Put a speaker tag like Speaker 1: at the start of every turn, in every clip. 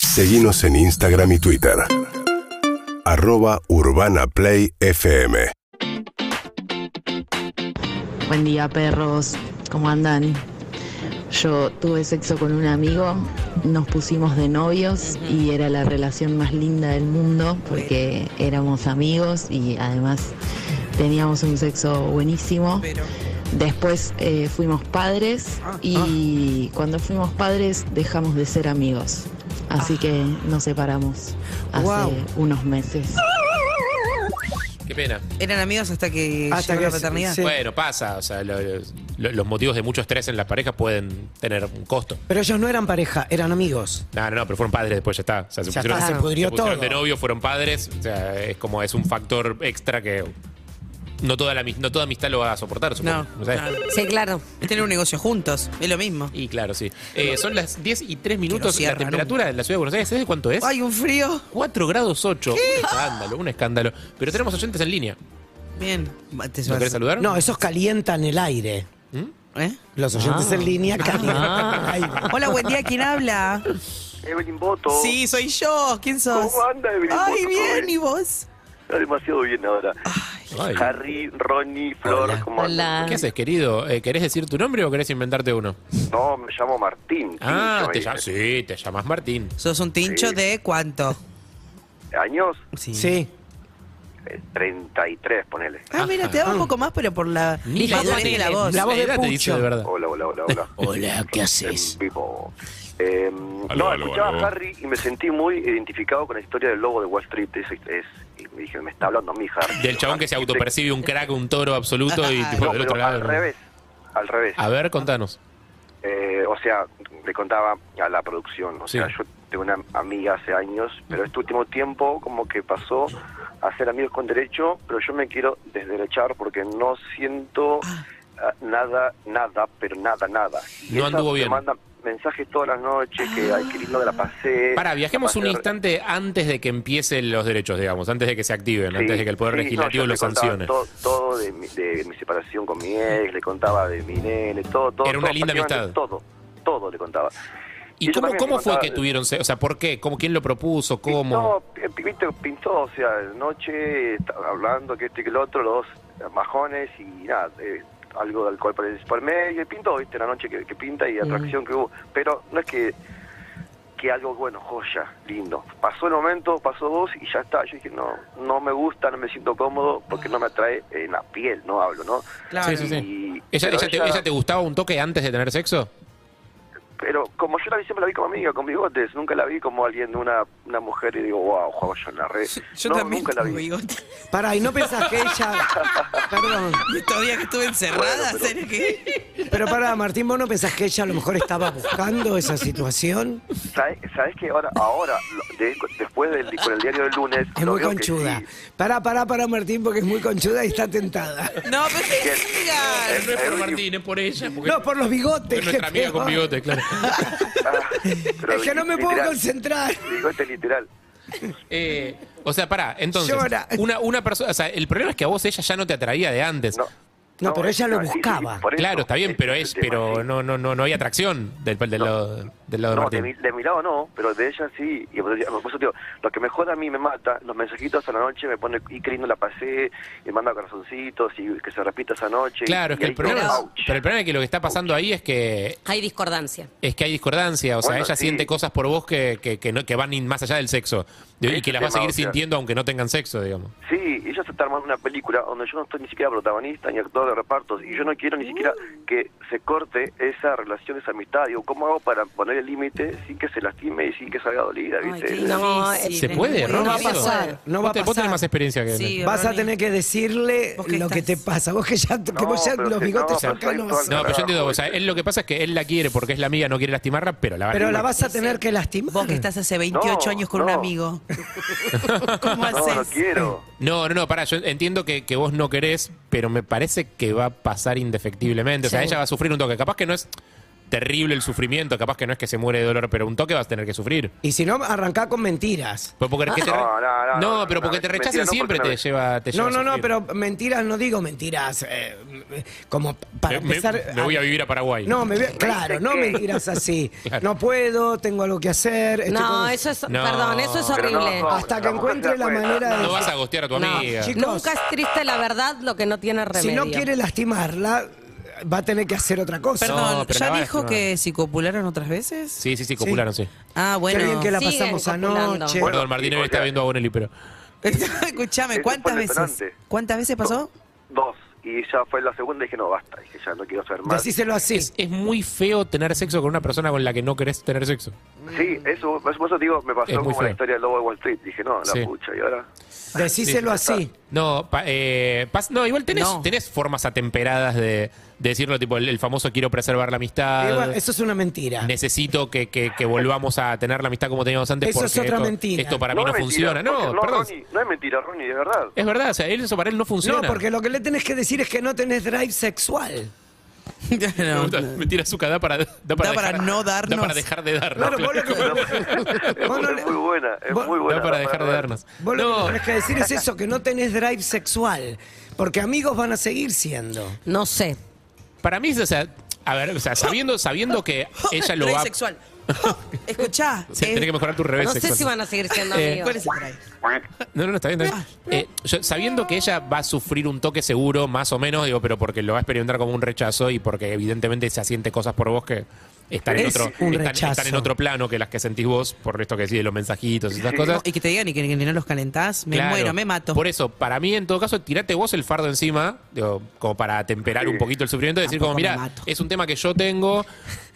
Speaker 1: Seguimos en Instagram y Twitter. Arroba Urbana Play FM.
Speaker 2: Buen día, perros. ¿Cómo andan? Yo tuve sexo con un amigo, nos pusimos de novios y era la relación más linda del mundo porque éramos amigos y además teníamos un sexo buenísimo. Después eh, fuimos padres y cuando fuimos padres dejamos de ser amigos. Así que nos separamos hace
Speaker 3: Guau.
Speaker 2: unos meses.
Speaker 4: Qué pena.
Speaker 3: Eran amigos hasta que
Speaker 5: Hasta
Speaker 3: llegó
Speaker 5: que
Speaker 3: la
Speaker 5: se-
Speaker 3: paternidad.
Speaker 5: se- Sí.
Speaker 4: Bueno, pasa. O sea, lo- lo- los motivos de mucho estrés en la pareja pueden tener un costo.
Speaker 5: Pero ellos no eran pareja, eran amigos.
Speaker 4: No, no, no, pero fueron padres después, ya está. O sea, se
Speaker 5: Ya
Speaker 4: pusieron,
Speaker 5: está, se pudrió
Speaker 4: pusieron
Speaker 5: todo.
Speaker 4: de novio, fueron padres. O sea, es como, es un factor extra que no toda, la, ami- no toda amistad lo va a soportar,
Speaker 3: No,
Speaker 4: supongo. No sé.
Speaker 3: Eh, claro.
Speaker 6: Sí, claro.
Speaker 3: Es tener un negocio juntos, es lo mismo.
Speaker 4: Y claro, sí. Eh, son las 10 y 3
Speaker 3: no
Speaker 4: minutos.
Speaker 3: cierra
Speaker 4: la temperatura de la ciudad de Buenos Aires, ¿sabes cuánto es?
Speaker 3: Hay un frío.
Speaker 4: 4 grados 8. Un escándalo, un escándalo. Pero tenemos oyentes en línea.
Speaker 3: Bien. ¿Te
Speaker 4: ¿Nos querés saludar?
Speaker 5: No, esos calientan el aire.
Speaker 3: ¿Eh?
Speaker 5: Los oyentes
Speaker 4: Ah.
Speaker 5: en línea calientan el aire.
Speaker 3: Hola, buen día, ¿quién habla?
Speaker 7: Evelyn Boto.
Speaker 3: Sí, soy yo. ¿Quién sos?
Speaker 7: ¿Cómo anda, Evelyn? ¿Vos
Speaker 3: Ay,
Speaker 7: cómo
Speaker 3: bien,
Speaker 7: ves?
Speaker 3: ¿y vos?
Speaker 7: Está demasiado bien ahora.
Speaker 4: Ay,
Speaker 7: Harry, Ronnie, Flor,
Speaker 5: Hola.
Speaker 7: ¿cómo andan?
Speaker 6: Hola.
Speaker 4: ¿Qué haces, querido? Eh, ¿Querés decir tu nombre o querés inventarte uno?
Speaker 7: No, me llamo Martín.
Speaker 4: Ah,
Speaker 7: Tincho,
Speaker 4: te
Speaker 7: me
Speaker 4: llamas.
Speaker 7: dicen.
Speaker 4: Sí, te llamas Martín.
Speaker 3: ¿Sos un tincho
Speaker 7: Sí.
Speaker 3: de cuánto?
Speaker 7: ¿Años?
Speaker 5: Sí.
Speaker 7: Eh, 33, ponele.
Speaker 3: Ah, mira, te daba un poco más, pero por la,
Speaker 4: Ni
Speaker 3: la
Speaker 4: la edad
Speaker 3: tonalidad de
Speaker 4: te-
Speaker 3: la voz.
Speaker 5: la voz de
Speaker 4: edad te dice
Speaker 5: Pucho.
Speaker 4: de verdad.
Speaker 7: Hola, hola, hola, hola.
Speaker 5: Hola, ¿qué
Speaker 7: En vivo. Eh, no,
Speaker 4: aló,
Speaker 7: escuchaba
Speaker 4: aló.
Speaker 7: a Harry y me sentí muy identificado con la historia del lobo de Wall Street. Es, es, y me dije, me está hablando a mí, Harry.
Speaker 4: Del chabón que se autopercibe un crack, un toro absoluto y tipo,
Speaker 7: No,
Speaker 4: del
Speaker 7: pero
Speaker 4: otro lado.
Speaker 7: al
Speaker 4: ¿no?
Speaker 7: revés. Al revés.
Speaker 4: A ver, contanos.
Speaker 7: Eh, o sea, le contaba a la producción. O
Speaker 4: Sí.
Speaker 7: sea, yo tengo una amiga hace años, pero este último tiempo como que pasó a ser amigos con derecho, pero yo me quiero desderechar porque no siento ah, nada, nada, pero nada, nada.
Speaker 4: No
Speaker 7: ella
Speaker 4: anduvo
Speaker 7: me
Speaker 4: bien.
Speaker 7: manda mensajes todas las noches que ay, qué lindo que la pasé.
Speaker 4: Para, viajemos
Speaker 7: La
Speaker 4: un
Speaker 7: pasé-
Speaker 4: instante antes de que empiecen los derechos, digamos, antes de que se activen,
Speaker 7: Sí,
Speaker 4: antes de que el Poder
Speaker 7: sí, no,
Speaker 4: Legislativo
Speaker 7: yo
Speaker 4: los
Speaker 7: le contaba
Speaker 4: sancione.
Speaker 7: Todo, todo de, mi, de mi separación con mi ex, le contaba de mi nene, todo, todo.
Speaker 4: Era una
Speaker 7: todo,
Speaker 4: linda
Speaker 7: prácticamente
Speaker 4: amistad.
Speaker 7: Todo, todo le contaba.
Speaker 4: ¿Y
Speaker 7: yo
Speaker 4: cómo,
Speaker 7: también
Speaker 4: cómo
Speaker 7: le
Speaker 4: fue
Speaker 7: contaba
Speaker 4: que
Speaker 7: de-
Speaker 4: tuvieron se- O sea, ¿por qué? ¿Cómo, ¿Quién lo propuso? ¿Cómo?
Speaker 7: Pintó, eh, pibito pintó, o sea, noche, está hablando que este y que el otro, los dos eh, majones y nada, eh, algo de alcohol por, el, por medio, y pintó, viste, la noche que, que pinta y atracción que hubo. Pero no es que, que algo bueno, joya, lindo. Pasó el momento, pasó dos y ya está. Yo dije, no, no me gusta, no me siento cómodo porque no me atrae en la piel, no hablo, ¿no?
Speaker 4: Sí, sí, sí.
Speaker 7: Y-
Speaker 4: ¿Ella,
Speaker 7: pero
Speaker 4: ella te, ella te gustaba un toque antes de tener sexo?
Speaker 7: pero como yo la vi, siempre la vi como amiga, con bigotes, nunca la vi como alguien, una, una mujer, y digo, wow, Juan, yo la re.
Speaker 3: Yo
Speaker 7: no,
Speaker 3: también
Speaker 7: nunca la
Speaker 3: tengo
Speaker 7: vi.
Speaker 3: bigote.
Speaker 5: Pará, y no pensás que ella. Perdón.
Speaker 3: Y Estos días que estuve encerrada,
Speaker 7: Bueno, pero-
Speaker 3: ¿sabes qué?
Speaker 5: Pero pará, Martín, ¿vos no pensás que ella a lo mejor estaba buscando esa situación?
Speaker 7: ¿Sabes, sabes que ahora, ahora lo- de- después del con el diario del lunes...
Speaker 5: Es
Speaker 7: lo
Speaker 5: muy
Speaker 7: veo que
Speaker 5: conchuda.
Speaker 7: sí.
Speaker 5: Pará, pará, pará, Martín, porque es muy conchuda y está tentada.
Speaker 3: No, pero te digan.
Speaker 7: No es por Eh, Martín,
Speaker 4: es por ella. Porque
Speaker 5: No, por los bigotes.
Speaker 4: es nuestra
Speaker 5: qué
Speaker 4: amiga con
Speaker 5: peor.
Speaker 4: bigote, claro.
Speaker 7: Ah, pero
Speaker 5: Es que no me puedo
Speaker 7: literal,
Speaker 5: concentrar.
Speaker 7: Bigote literal.
Speaker 4: Eh, o sea, pará, entonces,
Speaker 5: Llora.
Speaker 4: una, una persona, o sea, el problema es que a vos ella ya no te atraía de antes.
Speaker 7: No,
Speaker 5: No, pero ella lo
Speaker 7: sí, sí,
Speaker 5: buscaba.
Speaker 7: por eso
Speaker 4: Claro, está bien,
Speaker 7: es
Speaker 4: pero
Speaker 7: el
Speaker 4: es,
Speaker 7: tema,
Speaker 4: pero
Speaker 7: sí.
Speaker 4: no, no, no, no hay atracción del, del, lado, del lado de
Speaker 7: No,
Speaker 4: Martín.
Speaker 7: de mi, de mi lado no, pero de ella sí. Y por por eso te digo, lo que me joda a mí me mata, los mensajitos a la noche me pone, y qué lindo la pasé, y manda corazoncitos, y que se repita esa noche.
Speaker 4: Claro, es
Speaker 7: y
Speaker 4: que
Speaker 7: ahí
Speaker 4: el problema
Speaker 7: digo,
Speaker 4: es,
Speaker 7: ouch.
Speaker 4: pero el problema es que lo que está pasando ahí es que
Speaker 6: Hay discordancia.
Speaker 4: es que hay discordancia, o sea,
Speaker 7: Bueno,
Speaker 4: ella
Speaker 7: sí.
Speaker 4: siente cosas por vos que, que, que no, que van in- más allá del sexo de- y
Speaker 7: Ese
Speaker 4: que las va a
Speaker 7: tema,
Speaker 4: seguir
Speaker 7: o sea.
Speaker 4: sintiendo aunque no tengan sexo, digamos.
Speaker 7: Sí, ella se está armando una película donde yo no estoy ni siquiera protagonista ni actor de repartos y yo no quiero ni siquiera
Speaker 6: Mm.
Speaker 7: que se corte esa relación, esa amistad. Digo, ¿cómo hago para poner el límite sin que se lastime y sin que salga dolida?
Speaker 6: Ay,
Speaker 7: ¿viste?
Speaker 6: qué
Speaker 7: Es-
Speaker 6: No,
Speaker 3: difícil,
Speaker 4: Se
Speaker 3: es
Speaker 4: puede,
Speaker 3: muy
Speaker 5: no
Speaker 4: Ronnie,
Speaker 5: va a
Speaker 4: amigo.
Speaker 3: difícil.
Speaker 5: pasar, no
Speaker 4: Vos
Speaker 5: va a
Speaker 4: te- Vos tenés
Speaker 5: pasar.
Speaker 4: más experiencia que
Speaker 3: Sí,
Speaker 5: Vas a
Speaker 3: Ronnie.
Speaker 5: tener que decirle
Speaker 3: Vos que
Speaker 5: lo que te
Speaker 3: estás-
Speaker 5: pasa. Vos que ya, que
Speaker 7: No,
Speaker 5: vos ya
Speaker 7: pero
Speaker 5: los
Speaker 7: que
Speaker 5: bigotes
Speaker 7: no, pero
Speaker 5: acá
Speaker 7: soy
Speaker 5: no vas a-
Speaker 7: tonto.
Speaker 4: No, pero yo entiendo, o sea, él lo que pasa es que él la quiere porque es la amiga, no quiere lastimarla, pero la va a
Speaker 5: Pero la
Speaker 4: lastimar.
Speaker 5: vas a tener que lastimar.
Speaker 4: Mm.
Speaker 3: Vos que estás hace 28
Speaker 7: No,
Speaker 3: años con un
Speaker 7: no.
Speaker 3: amigo. ¿Cómo
Speaker 7: No, no
Speaker 3: haces?
Speaker 7: quiero.
Speaker 4: No, no, no, pará, yo entiendo que, que vos no querés, pero me parece que va a pasar indefectiblemente. O sea,
Speaker 6: Sí.
Speaker 4: ella va a sufrir un toque. Capaz que no es. terrible el sufrimiento. Capaz que no es que se muere de dolor, pero un toque vas a tener que sufrir.
Speaker 5: Y si no, arrancá con mentiras.
Speaker 4: Pues porque es que te re-
Speaker 7: No, no, no, no,
Speaker 4: pero
Speaker 7: no,
Speaker 4: porque te
Speaker 7: mentira,
Speaker 4: rechacen
Speaker 7: no,
Speaker 4: siempre
Speaker 7: porque
Speaker 4: te
Speaker 7: no.
Speaker 4: lleva, te lleva
Speaker 5: No,
Speaker 4: a
Speaker 5: no, no,
Speaker 4: sufrir.
Speaker 5: pero mentiras, no digo mentiras. eh, como para
Speaker 4: Me- me,
Speaker 5: empezar.
Speaker 4: me voy a vivir a Paraguay.
Speaker 5: No, me voy a- claro, no mentiras así.
Speaker 4: Claro.
Speaker 5: No puedo, tengo algo que hacer. estoy
Speaker 6: No,
Speaker 5: con-
Speaker 6: eso es,
Speaker 4: No.
Speaker 6: perdón, eso es
Speaker 7: Pero no,
Speaker 6: horrible.
Speaker 7: no,
Speaker 5: Hasta que
Speaker 7: la mujer
Speaker 5: encuentre
Speaker 7: se da
Speaker 5: la
Speaker 7: cuenta.
Speaker 5: manera de-
Speaker 4: no vas a gostear a tu
Speaker 6: No,
Speaker 4: amiga.
Speaker 5: chicos.
Speaker 6: Nunca es triste la verdad lo que no tiene remedio.
Speaker 5: Si no quiere lastimarla, va a tener que hacer otra cosa.
Speaker 4: No,
Speaker 3: Perdón,
Speaker 4: pero
Speaker 3: ¿ya
Speaker 4: no,
Speaker 3: dijo
Speaker 4: no.
Speaker 3: que si copularon otras veces?
Speaker 4: Sí, sí, sí, copularon, sí.
Speaker 3: Ah, bueno.
Speaker 5: Qué bien que la
Speaker 6: Siguen
Speaker 5: pasamos
Speaker 6: copulando.
Speaker 5: anoche.
Speaker 7: Bueno,
Speaker 4: Perdón, Martín
Speaker 7: sí,
Speaker 4: hoy está
Speaker 7: porque-
Speaker 4: viendo a Bonelli, pero.
Speaker 3: Escúchame,
Speaker 7: Ese
Speaker 3: ¿cuántas
Speaker 7: fue el
Speaker 3: veces?
Speaker 7: detonante.
Speaker 3: ¿Cuántas veces pasó?
Speaker 7: Dos. Y ya fue la segunda y dije, no, basta. Dije, ya no quiero ser más.
Speaker 5: Decíselo así.
Speaker 4: Es muy feo tener sexo con una persona con la que no querés tener sexo.
Speaker 7: Sí, eso, por eso digo, me
Speaker 4: Es
Speaker 7: pasó
Speaker 4: muy
Speaker 7: como
Speaker 4: feo.
Speaker 7: la historia del Lobo de Wall Street. Dije, no, la
Speaker 4: Sí.
Speaker 7: pucha, y ahora...
Speaker 5: Decíselo así.
Speaker 4: No, pa- eh, pas- no igual tenés,
Speaker 3: No.
Speaker 4: tenés formas atemperadas de, de decirlo, tipo el, el famoso quiero preservar la amistad.
Speaker 5: Igual, eso es una mentira.
Speaker 4: Ah, Necesito que, que- que volvamos a tener la amistad como teníamos antes
Speaker 5: Eso
Speaker 4: porque
Speaker 5: es otra
Speaker 4: esto,
Speaker 5: mentira.
Speaker 4: esto para mí no
Speaker 7: es mentira,
Speaker 4: funciona.
Speaker 7: porque-
Speaker 4: No, perdón.
Speaker 7: Ronnie, no es mentira, Ronnie, de verdad.
Speaker 4: Es verdad, o sea, él- eso para él no funciona.
Speaker 5: No, porque lo que le tenés que decir es que no tenés drive sexual.
Speaker 3: No, no.
Speaker 4: Mentira, Zuka, da para, da para,
Speaker 3: Da para
Speaker 4: dejar-
Speaker 3: no
Speaker 4: Da
Speaker 3: darnos.
Speaker 4: para dejar de darnos.
Speaker 5: Claro, vos lo que- vos no le-
Speaker 7: es muy buena, es
Speaker 5: vos-
Speaker 7: muy buena.
Speaker 4: da para dejar de darnos.
Speaker 5: Vos lo que
Speaker 4: No,
Speaker 5: tenés que decir es eso, que no tenés drive sexual. Porque amigos van a seguir siendo.
Speaker 6: No sé.
Speaker 4: para mí, o sea, a ver, o sea, sabiendo, sabiendo que ella lo
Speaker 3: Rey
Speaker 4: va.
Speaker 3: sexual. Escuchá.
Speaker 4: Sí,
Speaker 3: eh,
Speaker 4: tenés que mejorar tu revés
Speaker 6: No sé
Speaker 4: sexual.
Speaker 6: si van a seguir siendo
Speaker 4: Eh,
Speaker 6: amigos.
Speaker 3: ¿Cuál es el Rey?
Speaker 4: No, no, no, está bien. está bien.
Speaker 5: Ah,
Speaker 4: Eh, yo- sabiendo que ella va a sufrir un toque seguro, más o menos, digo, pero porque lo va a experimentar como un rechazo y porque evidentemente se asiente cosas por vos que están en
Speaker 5: Es
Speaker 4: otro,
Speaker 5: un
Speaker 4: están,
Speaker 5: rechazo.
Speaker 4: están en otro plano que las que sentís vos, por esto que decís de los mensajitos y esas cosas.
Speaker 3: Y que te digan y que, que no los calentás, me
Speaker 4: Claro.
Speaker 3: muero, me mato.
Speaker 4: Por eso, para mí, en todo caso, tirate vos el fardo encima, digo, como para atemperar un poquito el sufrimiento, y decir como,
Speaker 3: Tampoco me
Speaker 4: mira,
Speaker 3: mato".
Speaker 4: es un tema que yo tengo,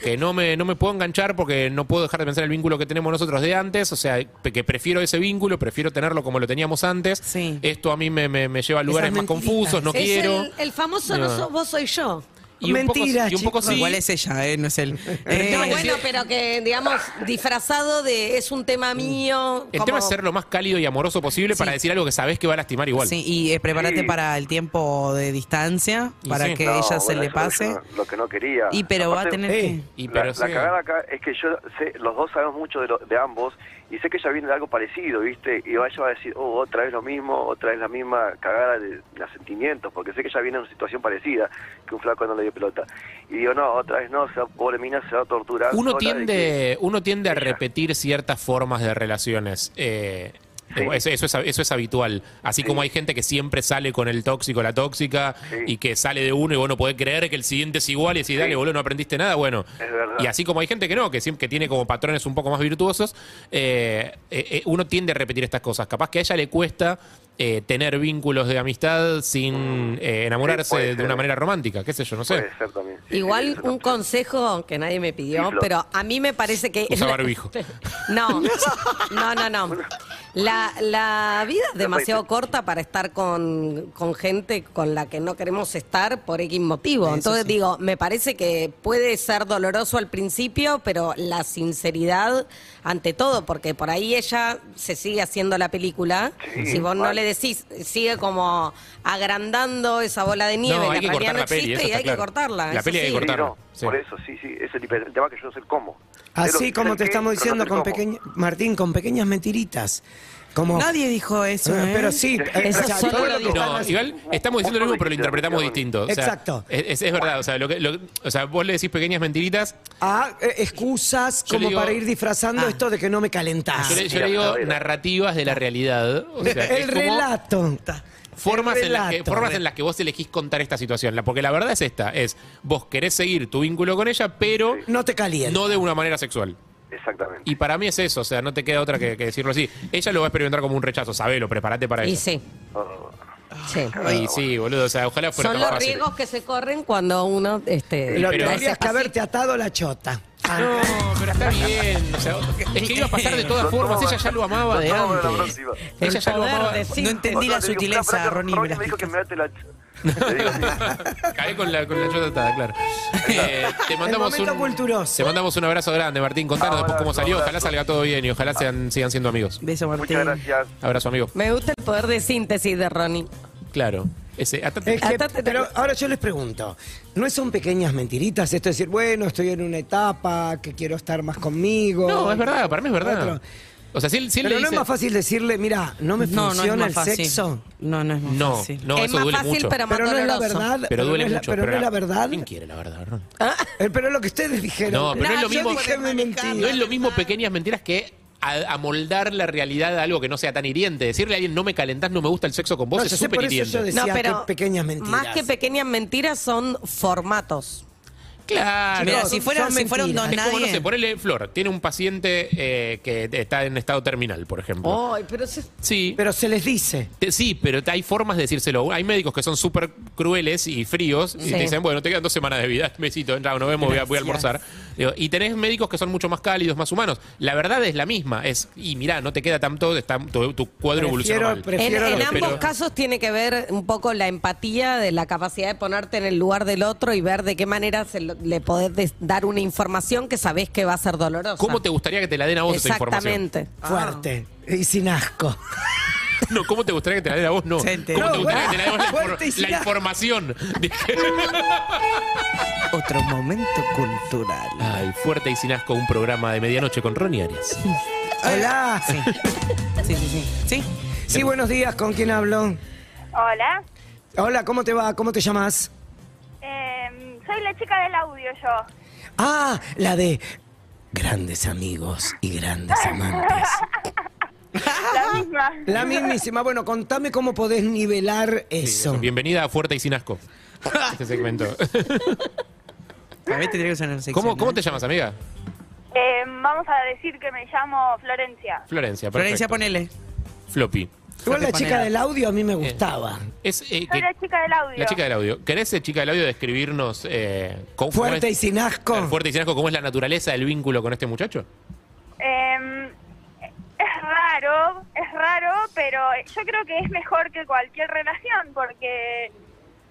Speaker 4: que no me, no me puedo enganchar porque no puedo dejar de pensar el vínculo que tenemos nosotros de antes, o sea, pe- que prefiero ese vínculo, prefiero tenerlo como lo teníamos antes.
Speaker 3: Sí.
Speaker 4: Esto a mí me, me- me lleva a lugares
Speaker 5: Esas
Speaker 4: más
Speaker 5: mentiritas.
Speaker 4: confusos, no
Speaker 6: Es
Speaker 4: quiero.
Speaker 6: el, el famoso no
Speaker 4: No.
Speaker 6: sos vos, soy yo.
Speaker 5: Mentira,
Speaker 4: poco, y un poco
Speaker 5: chicos.
Speaker 3: No,
Speaker 4: sí.
Speaker 3: Igual es ella, eh, no es él. Eh,
Speaker 6: No, bueno, pero que, digamos, disfrazado de es un tema mío.
Speaker 4: Mm. El
Speaker 6: como-
Speaker 4: tema es ser lo más cálido y amoroso posible para decir algo que sabés que va a lastimar igual.
Speaker 3: sí, y eh, prepárate
Speaker 7: Sí.
Speaker 3: para el tiempo de distancia,
Speaker 4: Y
Speaker 3: para
Speaker 4: sí.
Speaker 3: que
Speaker 7: No,
Speaker 3: ella se
Speaker 7: bueno,
Speaker 3: le
Speaker 7: eso es
Speaker 3: pase.
Speaker 7: lo- Lo que no quería.
Speaker 3: Y pero va a
Speaker 7: Aparte,
Speaker 3: tener
Speaker 5: eh,
Speaker 3: que...
Speaker 4: Y
Speaker 7: la-
Speaker 4: pero
Speaker 7: la,
Speaker 4: sí.
Speaker 7: cagada acá es que yo sé, los dos sabemos mucho de, lo- de ambos y sé que ella viene de algo parecido, ¿viste? Y ella va a decir, oh, otra vez lo mismo, otra vez la misma cagada de, de los sentimientos, porque sé que ella viene de una situación parecida, que un flaco no le dio pelota. Y digo, no, otra vez no, se va, pobre mina se va a torturar.
Speaker 4: Uno
Speaker 7: sola de
Speaker 4: tiende, uno tiende a
Speaker 7: Ella.
Speaker 4: repetir ciertas formas de relaciones. eh,
Speaker 7: Sí.
Speaker 4: eso, eso es, eso es habitual. Así como hay gente que siempre sale con el tóxico, la tóxica,
Speaker 7: Sí.
Speaker 4: y que sale de uno y vos no podés creer que el siguiente es igual y decís, dale, boludo, no aprendiste nada. Bueno,
Speaker 7: Es verdad.
Speaker 4: y así como hay gente que no, que, siem- que tiene como patrones un poco más virtuosos, eh, eh, eh, uno tiende a repetir estas cosas. Capaz que a ella le cuesta eh, tener vínculos de amistad sin eh, enamorarse
Speaker 7: Mm. puede
Speaker 4: de
Speaker 7: ser.
Speaker 4: una manera romántica, qué sé yo, no
Speaker 7: que
Speaker 4: sé.
Speaker 7: Puede ser también. Sí, sí,
Speaker 6: Igual
Speaker 7: es una
Speaker 6: un
Speaker 7: opción.
Speaker 6: consejo que nadie me pidió,
Speaker 7: Sí, Flor.
Speaker 6: pero a mí me parece que...
Speaker 4: Usa barbijo.
Speaker 6: No, no, no, no. La, la vida es demasiado corta para estar con, con gente con la que no queremos estar por X motivo. Entonces digo, me parece que puede ser doloroso al principio, pero la sinceridad ante todo, porque por ahí ella se sigue haciendo la película.
Speaker 7: Sí,
Speaker 6: si vos no
Speaker 7: mal.
Speaker 6: le decís, sigue como agrandando esa bola de nieve.
Speaker 4: No, hay que
Speaker 6: realidad
Speaker 4: cortar la peli,
Speaker 6: existe
Speaker 4: eso
Speaker 6: y
Speaker 4: está
Speaker 6: hay
Speaker 4: claro.
Speaker 6: que cortarla.
Speaker 4: La
Speaker 6: eso
Speaker 4: peli hay que
Speaker 6: sí.
Speaker 7: Sí,
Speaker 4: cortarla.
Speaker 7: no,
Speaker 4: Sí.
Speaker 7: Por eso, sí, sí, ese es el, el tema que yo no sé el cómo. Sé
Speaker 5: Así
Speaker 7: lo- sé
Speaker 5: como
Speaker 7: el
Speaker 5: te
Speaker 7: qué,
Speaker 5: estamos
Speaker 7: pero no
Speaker 5: diciendo
Speaker 7: sé el
Speaker 5: con
Speaker 7: cómo.
Speaker 5: pequeño, Martín, con pequeñas mentiritas. Como,
Speaker 3: Nadie dijo eso,
Speaker 5: Ah,
Speaker 3: ¿eh?
Speaker 5: Pero sí, eh,
Speaker 6: Eso
Speaker 5: o sea,
Speaker 6: solo
Speaker 5: todo lo
Speaker 6: lo
Speaker 5: que
Speaker 6: dijo.
Speaker 5: están
Speaker 4: No,
Speaker 5: haciendo-
Speaker 4: igual estamos diciendo lo mismo, pero lo interpretamos distinto. O sea,
Speaker 5: Exacto.
Speaker 4: Es, es verdad, o sea, lo que- lo- o sea, vos le decís pequeñas mentiritas.
Speaker 5: a eh, excusas
Speaker 4: Yo le
Speaker 5: como
Speaker 4: digo-
Speaker 5: para ir disfrazando
Speaker 3: Ah.
Speaker 5: esto de que no me calentás.
Speaker 4: Yo le, yo
Speaker 7: Ah,
Speaker 4: le digo
Speaker 7: mira.
Speaker 4: narrativas de la realidad. O sea, es
Speaker 5: el
Speaker 4: como
Speaker 5: relato.
Speaker 4: Formas,
Speaker 5: El
Speaker 4: en las, que,
Speaker 5: relato.
Speaker 4: formas en las que vos elegís contar esta situación. La- Porque la verdad es esta: es vos querés seguir tu vínculo con ella, pero
Speaker 5: No te calientes.
Speaker 4: no de una manera sexual.
Speaker 7: Exactamente.
Speaker 4: Y para mí es eso, o sea, no te queda otra que, que decirlo así. Ella lo va a experimentar como un rechazo, sabelo, prepárate para
Speaker 6: Y
Speaker 4: eso.
Speaker 6: sí.
Speaker 7: Oh,
Speaker 6: sí.
Speaker 4: Y sí, boludo, o sea, ojalá fuera
Speaker 6: Son
Speaker 4: tan
Speaker 6: los
Speaker 4: fácil.
Speaker 6: riesgos que se corren cuando uno este,
Speaker 5: Lo
Speaker 6: da ese
Speaker 5: tendrías que
Speaker 6: pasito.
Speaker 5: haberte atado la chota. Ah,
Speaker 4: No, pero está bien. O sea, es que iba a pasar de todas formas. Ella ya lo amaba de
Speaker 7: Nos vemos la
Speaker 4: antes.
Speaker 7: próxima.
Speaker 6: El
Speaker 4: Ella ya lo
Speaker 6: poder
Speaker 4: amaba.
Speaker 6: de
Speaker 3: No
Speaker 6: sí.
Speaker 3: entendí la
Speaker 7: Otra, le digo, "Pará,
Speaker 3: sutileza,
Speaker 7: pará,
Speaker 3: Ronnie. me la
Speaker 7: me dijo que me
Speaker 3: explicas.
Speaker 7: date la... ch-". Le digo,
Speaker 4: Cae con la, con la chota atada, claro. Eh, te mandamos
Speaker 5: momento
Speaker 4: un,
Speaker 5: culturoso.
Speaker 4: Te mandamos un abrazo grande, Martín. Contanos después cómo
Speaker 7: Abrazo,
Speaker 4: salió. Ojalá
Speaker 7: abrazo.
Speaker 4: salga todo bien y ojalá sean, sigan siendo amigos.
Speaker 3: Beso, Martín.
Speaker 7: Muchas gracias.
Speaker 4: Abrazo, amigo.
Speaker 6: Me gusta el poder de síntesis de Ronnie.
Speaker 4: Claro. Ese, atate-
Speaker 5: Es que-
Speaker 6: Atate-
Speaker 5: pero ahora yo les pregunto, ¿no son pequeñas mentiritas esto de decir, bueno, estoy en una etapa, que quiero estar más conmigo?
Speaker 4: no, es verdad, para mí es verdad.
Speaker 5: Otro.
Speaker 4: O sea, si él, si él
Speaker 5: Pero
Speaker 4: le
Speaker 5: no es
Speaker 4: dice-
Speaker 5: más fácil decirle, mira, no me
Speaker 3: No, no es
Speaker 5: funciona
Speaker 3: más
Speaker 5: el
Speaker 3: fácil.
Speaker 5: sexo.
Speaker 3: No, no es más
Speaker 4: No,
Speaker 3: fácil.
Speaker 4: no,
Speaker 6: es
Speaker 4: eso
Speaker 6: más
Speaker 4: duele
Speaker 6: fácil,
Speaker 4: mucho.
Speaker 6: pero más
Speaker 5: Pero no es la
Speaker 6: doloroso. Ah,
Speaker 5: verdad.
Speaker 4: Pero duele
Speaker 5: no es la-
Speaker 4: mucho.
Speaker 5: pero no es la verdad.
Speaker 4: ¿Quién quiere la verdad? Ron?
Speaker 5: Eh, Pero es lo que ustedes dijeron.
Speaker 4: No, pero no es lo
Speaker 5: Yo
Speaker 4: mismo-
Speaker 5: dije mi mentira.
Speaker 4: No es lo mismo pequeñas mentiras que a- amoldar la realidad a algo que no sea tan hiriente. Decirle a alguien, no me calentás, no me gusta el sexo con vos,
Speaker 5: No,
Speaker 4: es
Speaker 5: yo sé, por
Speaker 4: súper
Speaker 5: eso
Speaker 4: hiriente.
Speaker 5: yo decía
Speaker 6: No, pero
Speaker 5: que pequeñas mentiras.
Speaker 6: Más que pequeñas mentiras son formatos.
Speaker 4: Claro.
Speaker 3: Mira,
Speaker 5: no,
Speaker 3: si, fuera,
Speaker 5: son
Speaker 3: si fueron dos
Speaker 5: mentiras.
Speaker 4: Es como, no
Speaker 3: nadie.
Speaker 4: sé, ponele Flor. Tiene un paciente eh, que está en estado terminal, por ejemplo.
Speaker 5: Oh.
Speaker 6: Ay, pero se-
Speaker 4: Sí.
Speaker 5: Pero se les dice.
Speaker 4: Te- Sí, pero te- hay formas de decírselo. Hay médicos que son súper crueles y fríos y
Speaker 6: Sí.
Speaker 4: te dicen, bueno, te quedan dos semanas de vida, besito, entra, nos vemos, voy a, voy a almorzar. Digo, y tenés médicos que son mucho más cálidos, más humanos. La verdad es la misma, es, y mirá, no te queda tanto, está, tu, tu cuadro evolucionó
Speaker 5: Prefiero,
Speaker 4: mal.
Speaker 6: En,
Speaker 5: prefiero
Speaker 6: en
Speaker 5: lo que-
Speaker 4: pero-
Speaker 6: ambos casos tiene que ver un poco la empatía de la capacidad de ponerte en el lugar del otro y ver de qué manera se lo- le podés des- dar una información que sabés que va a ser dolorosa.
Speaker 4: ¿Cómo te gustaría que te la den a vos esa información?
Speaker 6: Exactamente.
Speaker 5: fuerte y sin asco.
Speaker 4: No, ¿cómo te gustaría que te la den a vos? No. ¿Cómo
Speaker 3: Se
Speaker 4: te
Speaker 3: enteró.
Speaker 4: gustaría
Speaker 5: No,
Speaker 4: que te la den a vos la,
Speaker 5: fuerte y
Speaker 4: infor-
Speaker 5: sin
Speaker 4: la
Speaker 5: asco.
Speaker 4: información? Dije.
Speaker 3: Otro momento cultural.
Speaker 4: Ay, fuerte y sin asco, un programa de medianoche con Ronnie Arias.
Speaker 5: Hola.
Speaker 3: Sí. Ah, Sí, sí, sí. Sí.
Speaker 5: Sí, buenos días. ¿Con quién hablo?
Speaker 8: Hola,
Speaker 5: Hola, ¿cómo te va? ¿Cómo te llamas?
Speaker 8: Em, soy la chica del audio yo.
Speaker 5: Ah, la de grandes amigos y grandes amantes.
Speaker 8: La misma.
Speaker 5: La mismísima. Bueno, contame cómo podés nivelar eso.
Speaker 4: Bienvenida a Fuerte y sin asco. Este segmento.
Speaker 3: A mí tendría que sonar sexy.
Speaker 4: ¿Cómo, ¿Cómo te llamas, amiga?
Speaker 8: Em, vamos a decir que me llamo Florencia.
Speaker 4: Florencia,
Speaker 3: Florencia,
Speaker 4: perfecto.
Speaker 3: ponele.
Speaker 4: Floppy.
Speaker 5: Igual la
Speaker 3: Ponela.
Speaker 5: chica del audio a mí me gustaba.
Speaker 4: Es, eh,
Speaker 8: Soy
Speaker 4: que-
Speaker 8: la chica del audio.
Speaker 4: la chica del audio. ¿Querés, eh, chica del audio, describirnos eh, cómo- cómo
Speaker 5: Fuerte y
Speaker 4: es-
Speaker 5: sin asco.
Speaker 4: eh, fuerte y sin asco, cómo es la naturaleza del vínculo con este muchacho?
Speaker 8: Em, es raro, es raro, pero yo creo que es mejor que cualquier relación porque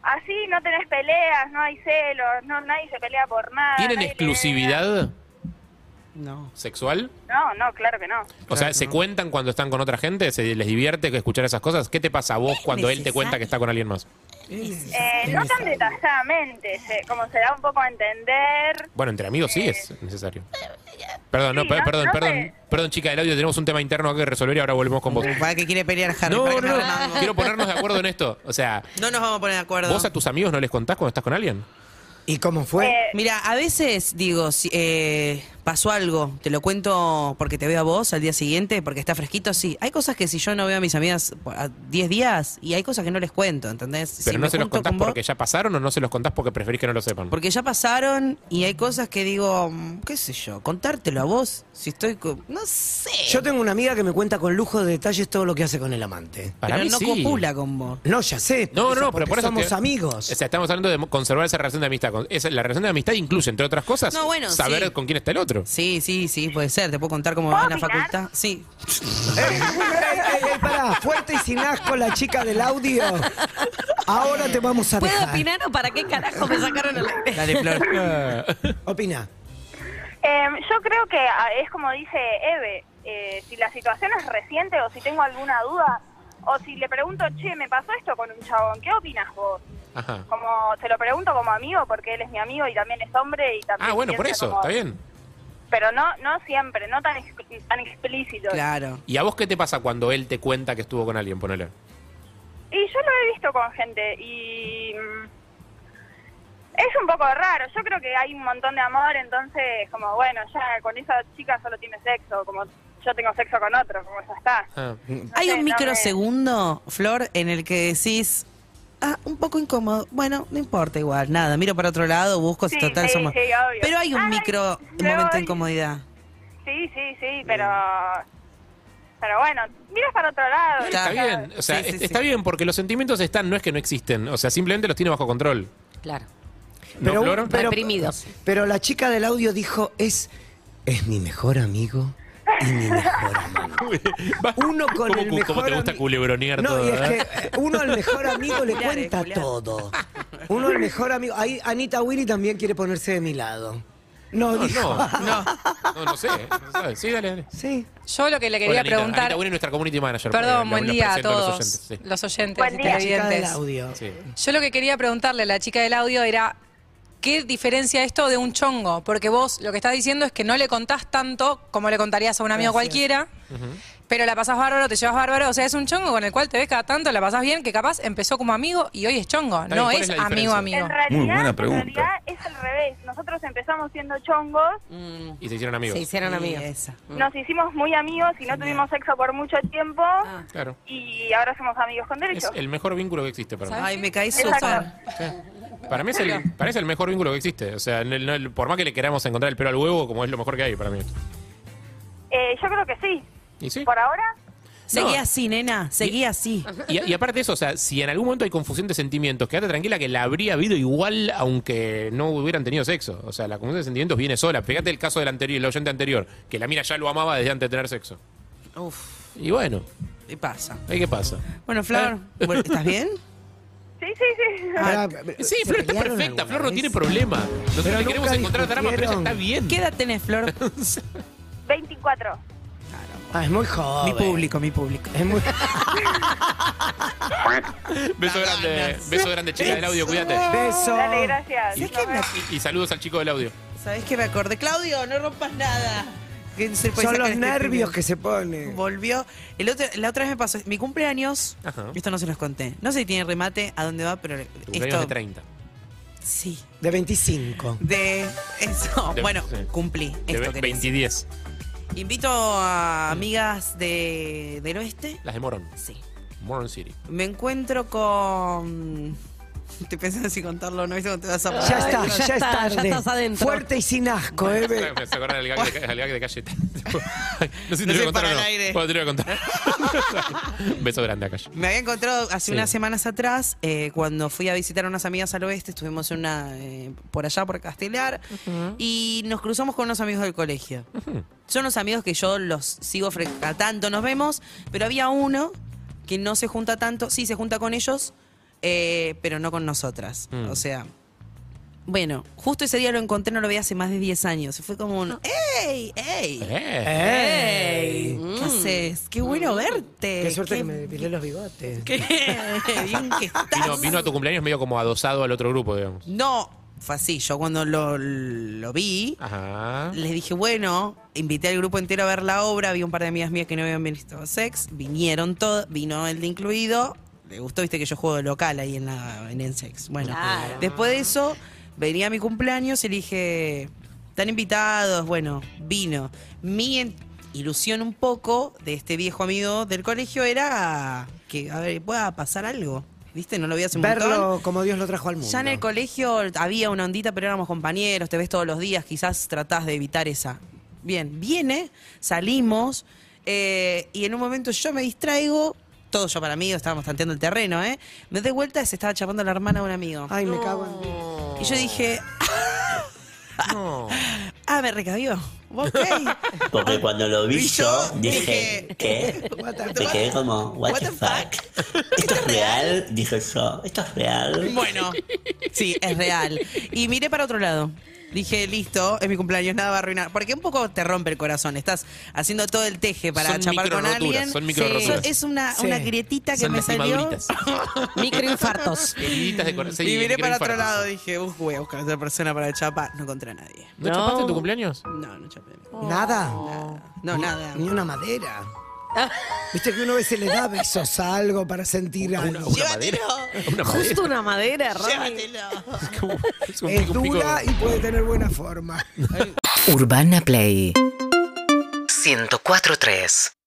Speaker 8: así no tenés peleas, no hay celos, no nadie se pelea por nada.
Speaker 4: ¿Tienen
Speaker 8: nadie le-
Speaker 4: exclusividad
Speaker 3: No.
Speaker 4: sexual?
Speaker 8: No, no, claro que no.
Speaker 4: O sea, ¿se cuentan cuando están con otra gente? ¿Se les divierte que escuchar esas cosas? ¿Qué te pasa a vos cuando él te cuenta que está con alguien más?
Speaker 8: Eh, no tan detalladamente, se- como se da un poco a entender.
Speaker 4: Bueno, entre amigos sí es necesario. Perdón, no,
Speaker 8: sí,
Speaker 4: per-
Speaker 8: no-
Speaker 4: perdón,
Speaker 8: no
Speaker 4: perdón,
Speaker 8: sé.
Speaker 4: perdón, chica del audio, tenemos un tema interno que resolver y ahora volvemos con vos.
Speaker 3: Para que quiere pelear Harry. para
Speaker 4: No, no,
Speaker 3: que me hagan
Speaker 4: no,
Speaker 3: algo.
Speaker 4: quiero ponernos de acuerdo en esto. O sea,
Speaker 3: No nos vamos a poner de acuerdo.
Speaker 4: ¿vos a tus amigos no les contás cuando estás con alguien?
Speaker 5: ¿Y cómo fue?
Speaker 8: Eh,
Speaker 3: Mira, a veces digo, si, eh, pasó algo, te lo cuento porque te veo a vos al día siguiente, porque está fresquito, sí. Hay cosas que si yo no veo a mis amigas a 10 días y hay cosas que no les cuento, ¿entendés? Si
Speaker 4: Pero
Speaker 3: me
Speaker 4: no se los
Speaker 3: junto
Speaker 4: contás
Speaker 3: con vos-
Speaker 4: porque ya pasaron o no se los contás porque preferís que no lo sepan.
Speaker 3: Porque ya pasaron y hay cosas que digo, mm, qué sé yo, contártelo a vos, si estoy... co- No sé.
Speaker 5: Yo tengo una amiga que me cuenta con lujo de detalles todo lo que hace con el amante.
Speaker 4: Para
Speaker 3: pero
Speaker 4: mí
Speaker 3: no
Speaker 4: sí.
Speaker 3: copula con vos.
Speaker 5: No, ya sé.
Speaker 4: No, no, no,
Speaker 5: porque
Speaker 4: pero por eso
Speaker 5: somos
Speaker 4: te-
Speaker 5: amigos.
Speaker 4: O sea, estamos hablando de mo- conservar esa relación de amistad. Con- esa- la relación de amistad incluye, entre otras cosas,
Speaker 3: No, bueno,
Speaker 4: saber
Speaker 3: sí.
Speaker 4: con quién está el otro.
Speaker 3: Sí, sí, sí, puede ser. Te puedo contar cómo va en la
Speaker 8: ¿Puedo opinar?
Speaker 3: facultad. Sí.
Speaker 5: Ey, ey, ey, ey, pará, fuerte y sin asco la chica del audio. Ahora te vamos a
Speaker 6: ¿Puedo
Speaker 5: dejar.
Speaker 6: opinar o para qué carajo me sacaron el aire?
Speaker 3: Dale, Flor.
Speaker 4: Ah.
Speaker 5: Opina.
Speaker 8: Em, yo creo que ah, es como dice Eve, eh, si la situación es reciente o si tengo alguna duda, o si le pregunto, che, me pasó esto con un chabón, ¿qué opinas vos?
Speaker 4: Ajá.
Speaker 8: Como se lo pregunto como amigo, porque él es mi amigo y también es hombre y también...
Speaker 4: Ah, bueno, por
Speaker 8: piensa
Speaker 4: eso,
Speaker 8: como-
Speaker 4: está bien.
Speaker 8: Pero no no siempre, no tan, ex- tan explícito.
Speaker 3: Claro.
Speaker 4: ¿Y a vos qué te pasa cuando él te cuenta que estuvo con alguien? Ponele.
Speaker 8: Y yo lo he visto con gente y... mm, Es un poco raro, yo creo que hay un montón de amor, entonces como bueno, ya con esa chica solo tiene sexo, como yo tengo sexo con otro, como ya está.
Speaker 4: Ah.
Speaker 8: No
Speaker 3: Hay
Speaker 8: sé,
Speaker 3: un
Speaker 8: no me-
Speaker 3: microsegundo, Flor, en el que decís, ah, un poco incómodo. Bueno, no importa igual, nada, miro para otro lado, busco, si
Speaker 8: Sí,
Speaker 3: total
Speaker 8: sí,
Speaker 3: somos...
Speaker 8: sí, obvio.
Speaker 3: Pero hay un
Speaker 8: Ay,
Speaker 3: micro
Speaker 8: me
Speaker 3: momento de
Speaker 8: voy.
Speaker 3: incomodidad.
Speaker 8: Sí, sí, sí, pero... Pero bueno, miras para otro lado.
Speaker 3: Está
Speaker 4: Está bien, o sea,
Speaker 3: Sí, sí,
Speaker 4: es-
Speaker 3: sí.
Speaker 4: está bien porque los sentimientos están, no es que no existen, o sea, simplemente los tiene bajo control.
Speaker 6: Claro.
Speaker 4: ¿No,
Speaker 5: Pero-
Speaker 4: Flor?
Speaker 5: pero-
Speaker 6: Reprimidos.
Speaker 5: Pero la chica del audio dijo, es, es mi mejor amigo y mi mejor amante. Uno con
Speaker 4: ¿Cómo,
Speaker 5: el
Speaker 4: cu-
Speaker 5: mejor
Speaker 4: cómo te gusta
Speaker 5: ami-
Speaker 4: culebronear
Speaker 5: No,
Speaker 4: todo?
Speaker 5: y es que
Speaker 4: ¿verdad?
Speaker 5: eh, uno al mejor amigo le
Speaker 3: Culear, eh,
Speaker 5: cuenta
Speaker 3: culear.
Speaker 5: todo. Uno al mejor amigo. Ahí Anita Willy también quiere ponerse de mi lado. No,
Speaker 4: No,
Speaker 5: dijo.
Speaker 4: no, no, no, no sé. eh, No sabes. Sí, dale, dale.
Speaker 9: Sí. Yo lo que le
Speaker 4: Hola,
Speaker 9: quería
Speaker 4: Anita.
Speaker 9: preguntar.
Speaker 4: Anita Bueno, nuestra community manager.
Speaker 9: Perdón,
Speaker 4: La-
Speaker 9: buen
Speaker 4: la
Speaker 9: día a
Speaker 4: presento los
Speaker 9: todos
Speaker 4: oyentes, sí.
Speaker 9: los oyentes,
Speaker 8: Buen
Speaker 9: y
Speaker 5: Chica
Speaker 8: día.
Speaker 5: del
Speaker 9: televidentes.
Speaker 5: audio.
Speaker 4: Sí.
Speaker 9: Yo lo que quería preguntarle a la chica del audio era, ¿qué diferencia esto de un chongo? Porque vos lo que estás diciendo es que no le contás tanto como le contarías a un amigo cualquiera, pero la pasás bárbaro, te llevas bárbaro, o sea, es un chongo con el cual te ves cada tanto, la pasás bien, que capaz empezó como amigo y hoy es chongo,
Speaker 4: bien,
Speaker 9: no
Speaker 4: ¿cuál
Speaker 9: es,
Speaker 4: es la
Speaker 9: amigo
Speaker 4: diferencia?
Speaker 9: amigo.
Speaker 8: En realidad,
Speaker 10: Muy buena
Speaker 8: en
Speaker 10: pregunta.
Speaker 8: realidad es al revés. Nosotros empezamos siendo chongos,
Speaker 4: Y se hicieron amigos.
Speaker 6: Se hicieron
Speaker 3: Y
Speaker 6: amigos.
Speaker 3: esa.
Speaker 8: nos hicimos muy amigos y no tuvimos sexo por mucho tiempo
Speaker 4: Ah, Claro.
Speaker 8: y ahora somos amigos con
Speaker 4: Es
Speaker 8: derecho.
Speaker 4: el mejor vínculo que existe para mí.
Speaker 3: Ay, me caí
Speaker 8: Exacto.
Speaker 3: súper.
Speaker 4: Para mí, es el, para mí es el mejor vínculo que existe. O sea, no- no- por más que le queramos encontrar el pelo al huevo, como es lo mejor que hay para mí.
Speaker 8: Eh, yo creo que sí.
Speaker 4: ¿Y sí?
Speaker 8: Por ahora,
Speaker 3: Seguí
Speaker 4: No.
Speaker 3: así, nena, seguí así.
Speaker 4: Y, y aparte de eso, o sea, si en algún momento hay confusión de sentimientos, quédate tranquila que la habría habido igual aunque no hubieran tenido sexo. O sea, la confusión de sentimientos viene sola. Fíjate el caso del anterior, el oyente anterior, que la mina ya lo amaba desde antes de tener sexo.
Speaker 3: Uf,
Speaker 4: Y bueno,
Speaker 3: ¿qué pasa?
Speaker 4: ahí qué pasa.
Speaker 3: Bueno, Flor, bueno, ¿estás bien?
Speaker 8: sí, sí, sí.
Speaker 5: Pará,
Speaker 4: Sí,
Speaker 5: ¿se
Speaker 4: Flor está
Speaker 5: pelearon
Speaker 4: perfecta,
Speaker 5: alguna
Speaker 4: Flor no
Speaker 5: vez?
Speaker 4: tiene problema. Nosotros
Speaker 5: Pero
Speaker 4: le queremos
Speaker 5: nunca
Speaker 4: encontrar drama, pero ella está bien.
Speaker 3: ¿Qué edad tenés, Flor?
Speaker 8: 24.
Speaker 5: Ah, es muy joven.
Speaker 3: mi público, mi público.
Speaker 5: Es muy...
Speaker 4: Beso grande, beso grande, chica del audio, cuídate.
Speaker 5: Beso.
Speaker 8: Dale, gracias.
Speaker 4: Y,
Speaker 8: Nos vemos.
Speaker 4: y saludos al chico del audio.
Speaker 3: ¿Sabés qué me acordé? Claudio, no rompas nada. Que se puede
Speaker 5: Son
Speaker 3: sacar
Speaker 5: los
Speaker 3: este
Speaker 5: nervios
Speaker 3: primer-
Speaker 5: que se pone.
Speaker 3: Volvió. El otro, la otra vez me pasó. Mi cumpleaños.
Speaker 4: Ajá.
Speaker 3: Esto no se los conté. No sé si tiene remate, a dónde va, pero.
Speaker 4: Tu cumpleaños de
Speaker 3: Esto.
Speaker 4: 30.
Speaker 3: Sí.
Speaker 5: De 25.
Speaker 3: De eso.
Speaker 4: De-
Speaker 3: bueno,
Speaker 4: sí.
Speaker 3: cumplí.
Speaker 4: De
Speaker 3: Esto
Speaker 4: ve-
Speaker 3: quería
Speaker 4: 20 y
Speaker 3: decir.
Speaker 4: 10.
Speaker 3: Invito a amigas de, del oeste.
Speaker 4: Las de Moron.
Speaker 3: Sí.
Speaker 4: Moron City.
Speaker 3: Me encuentro con. Estoy pensando si contarlo o no, ¿viste? cuando te vas a
Speaker 5: Ya está,
Speaker 6: Ay,
Speaker 5: ya,
Speaker 6: ya
Speaker 5: es
Speaker 6: está, ya
Speaker 5: tarde.
Speaker 6: estás adentro.
Speaker 5: Fuerte y sin asco, eh.
Speaker 4: Me
Speaker 5: ve.
Speaker 4: hace acordar al gag de, al gag de calle. No sé si
Speaker 3: No
Speaker 4: te lo voy
Speaker 3: sé,
Speaker 4: a contar
Speaker 3: para
Speaker 4: o no.
Speaker 3: el aire.
Speaker 4: Bueno, te lo voy a contar. Beso grande a calle.
Speaker 3: Me había encontrado hace
Speaker 4: Sí.
Speaker 3: unas semanas atrás, eh, cuando fui a visitar a unas amigas al oeste, estuvimos en una, eh, por allá, por Castelar, y nos cruzamos con unos amigos del colegio. Son unos amigos que yo los sigo tanto, nos vemos, pero había uno que no se junta tanto, sí, se junta con ellos, eh, pero no con nosotras.
Speaker 4: Mm.
Speaker 3: O sea, bueno, justo ese día lo encontré, no lo veía hace más de 10 años, fue como
Speaker 5: Ah.
Speaker 3: un, ¡ey! ¡ey!
Speaker 4: Eh.
Speaker 5: ¡Ey!
Speaker 3: ¿Qué haces? ¡Qué bueno verte!
Speaker 5: Mm. Qué suerte
Speaker 3: Eh, Qué-
Speaker 5: que me depilé los bigotes.
Speaker 3: qué bien que estás.
Speaker 4: Vino, vino a tu cumpleaños medio como adosado al otro grupo, digamos.
Speaker 3: No, fue así. Yo cuando lo, lo vi,
Speaker 4: Ajá.
Speaker 3: les dije, bueno, invité al grupo entero a ver la obra. Vi un par de amigas mías que no habían visto sex. Vinieron todos, vino el de incluido. Le gustó, viste que yo juego de local ahí en, la, en el sex. Bueno,
Speaker 6: Claro.
Speaker 3: después de eso, venía mi cumpleaños y le dije, están invitados. Bueno, vino. Mi en- ilusión un poco de este viejo amigo del colegio era que, a ver, pueda pasar algo. ¿Viste? No lo vi hace un montón.
Speaker 5: Verlo como Dios lo trajo al mundo.
Speaker 3: Ya en el colegio había una ondita, pero éramos compañeros, te ves todos los días, quizás tratás de evitar esa. Bien, viene, salimos, eh, y en un momento yo me distraigo, todo yo para amigo, estábamos tanteando el terreno, ¿eh? Me doy vuelta y se estaba chapando la hermana de un amigo.
Speaker 5: Ay, me cago en Dios.
Speaker 3: Y yo dije,
Speaker 4: No.
Speaker 3: ah, me recabió. Ok.
Speaker 11: Porque cuando lo vi
Speaker 3: Y yo
Speaker 11: yo, dije,
Speaker 3: dije,
Speaker 11: ¿qué?
Speaker 5: What the
Speaker 11: Me
Speaker 5: fuck?
Speaker 11: quedé como, ¿What, the fuck? ¿Esto es real? Dije yo, ¿esto es real?
Speaker 3: Bueno, sí, es real. Y miré para otro lado. Dije, listo, es mi cumpleaños, nada va a arruinar. Porque un poco te rompe el corazón. Estás haciendo todo el teje para
Speaker 4: Son
Speaker 3: chapar con
Speaker 4: microroturas,
Speaker 3: alguien.
Speaker 4: son microroturas.
Speaker 3: Eso Es una,
Speaker 5: Sí.
Speaker 3: una grietita que
Speaker 4: Son
Speaker 3: me salió.
Speaker 4: lastimaduritas.
Speaker 6: Microinfartos.
Speaker 4: Heriditas de corazón. Sí,
Speaker 3: y miré para otro
Speaker 4: microinfartos.
Speaker 3: lado. Dije, "Uf, voy a buscar a otra persona para chapar. No encontré a nadie.
Speaker 4: ¿No, chupaste en tu cumpleaños?
Speaker 3: No, no chapé.
Speaker 5: Oh. Nada.
Speaker 3: No, nada.
Speaker 5: Ni una madera. Viste que uno a veces le da besos a algo para sentir algo.
Speaker 4: Una, una madera. Una madera.
Speaker 6: Justo una madera, Rami.
Speaker 4: Como- es un
Speaker 5: Es
Speaker 4: pico- un pico-
Speaker 5: dura y puede tener buena forma.
Speaker 12: Urbana Play 104.3